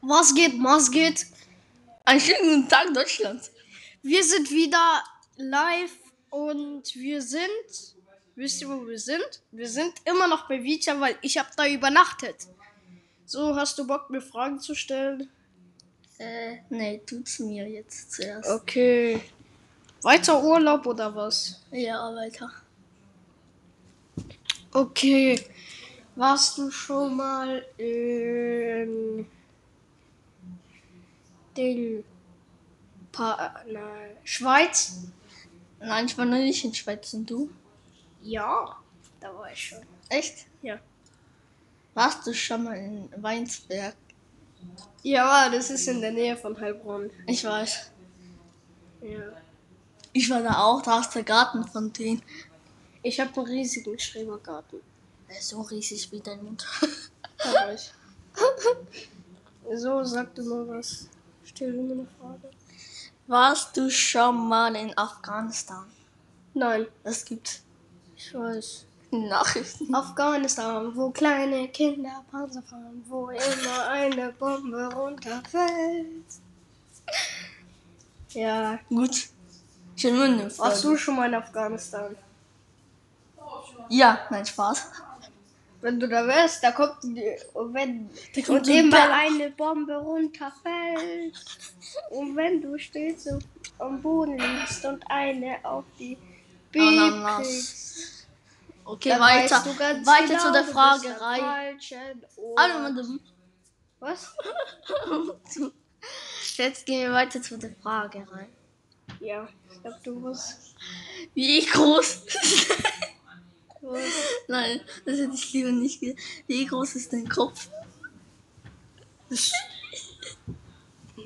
Was geht, was geht? Einen schönen guten Tag, Deutschland. Wir sind wieder live und wir sind. Wisst ihr, wo wir sind? Wir sind immer noch bei Vita, weil ich habe da übernachtet. So, hast du Bock, mir Fragen zu stellen? Äh, nee, tut's mir jetzt zuerst. Okay. Weiter Urlaub oder was? Ja, weiter. Okay. Warst du schon mal in den pa na, Schweiz? Nein, ich war noch nicht in Schweiz und du? Ja, da war ich schon. Echt? Ja. Warst du schon mal in Weinsberg? Ja, das ist in der Nähe von Heilbronn. Ich weiß. Ja. Ich war da auch, da ist der Garten von denen. Ich habe einen riesigen Schrebergarten. Der ist Äh, so riesig wie dein Mund. Hab ich. so, sag du mal was. Stell du mir eine Frage. Warst du schon mal in Afghanistan? Nein, Das gibt ich weiß. Nachrichten. Mhm. Afghanistan, wo kleine Kinder Panzer fahren, wo immer eine Bombe runterfällt. Ja. Gut. Schön Münde. Warst du schon mal in Afghanistan? Ja, nein, Spaß. Wenn du da wärst, da kommt die- und wenn Da kommt und so ein immer Bär. eine Bombe runterfällt und wenn du stillst und am Boden liegst und eine auf die Beep Ananas. kriegst, Okay, dann weiter. weißt du ganz weiter genau, zu der du bist am Fragerei. falschen Ort. Also, Was? jetzt gehen wir weiter zu der Fragerei. Ja, ich glaube, du musst. Wie groß? Was? Nein, das hätte ich lieber nicht gesagt. Wie groß ist dein Kopf?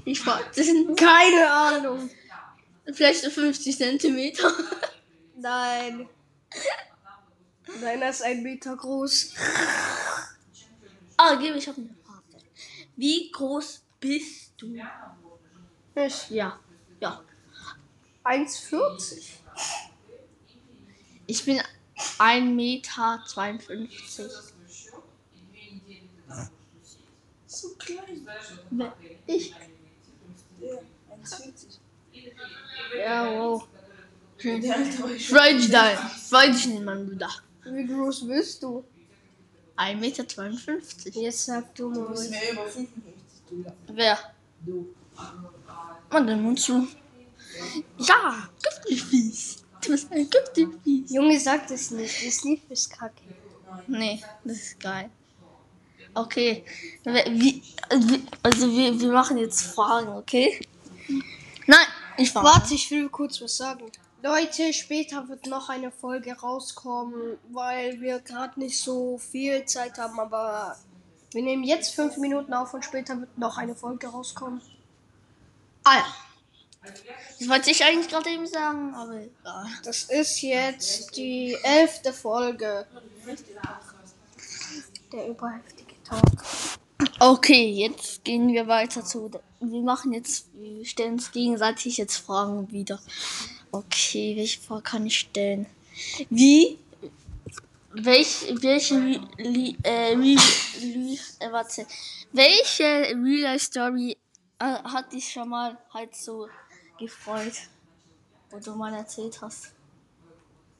Ich frage, das sind Keine Ahnung. vielleicht so 50 Zentimeter. Nein. Deiner ist ein Meter groß. Ah, gebe ich auf eine Frage. Wie groß bist du? Ich- Ja, ja. 1,40. Ich bin 1,52 Meter. So klein. Ich? 1,40. Ja, wow. Freut dich dein. Freut dich nicht, mein Bruder. Wie groß bist du? 1,52 Meter. Jetzt sag du mal. was. über 55 Dollar. Wer? Du. Mann, den Mund zu. Ja, giftig fies. Du bist ein giftig fies. Junge, sag das nicht. Das Lied ist kacke. Nee, das ist geil. Okay, wer- wie, wie- also wir, wir machen jetzt Fragen, okay? Nein, ich war. Warte, ich will kurz was sagen. Leute, später wird noch eine Folge rauskommen, weil wir gerade nicht so viel Zeit haben, aber wir nehmen jetzt fünf Minuten auf und später wird noch eine Folge rauskommen. Ah, ja. Das wollte ich eigentlich gerade eben sagen, aber egal. Das ist jetzt die elfte Folge. Der überheftige Talk. Okay, jetzt gehen wir weiter zu. der- Wir machen jetzt, wir stellen uns gegenseitig jetzt Fragen wieder. Okay, welche Frage kann ich stellen? Wie, welch, welche, Re- Li- äh, Re- Li- äh, warte, welche Real Life Story äh, hat dich schon mal halt so gefreut, wo du mal erzählt hast?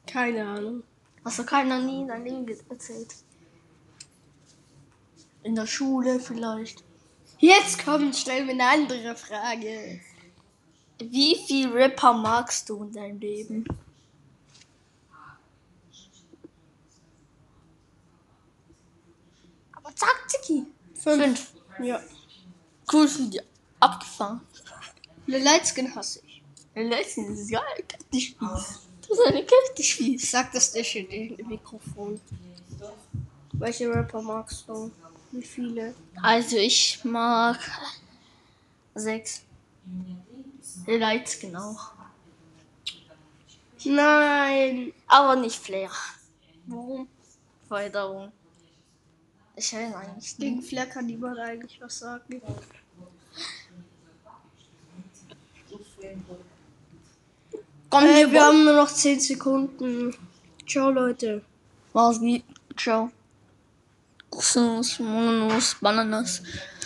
Keine Ahnung. Hast du keiner nie in deinem Leben ge- erzählt? In der Schule vielleicht. Jetzt komm, stell mir eine andere Frage. Wie viel Rapper magst du in deinem Leben? Aber zack, Zicki. Fünf. Ja. Cool für dich. Abgefangen. Eine Lightskin hasse ich. Letztens ist es geil. Kräftig fies. Das ist eine kräftig Ich fies. sag das nicht in dem Mikrofon. Welche Rapper magst du? Wie viele? Also ich mag sechs. Lights, genau. Nein. Aber nicht Flair. Warum? Förderung. Ich höre ihn eigentlich nicht. Gegen Flair kann niemand eigentlich was sagen. Komm, Äh, wir haben nur noch 10 Sekunden. Ciao, Leute. Was geht? Ciao. Kussnuss, Mononuss, Bananas.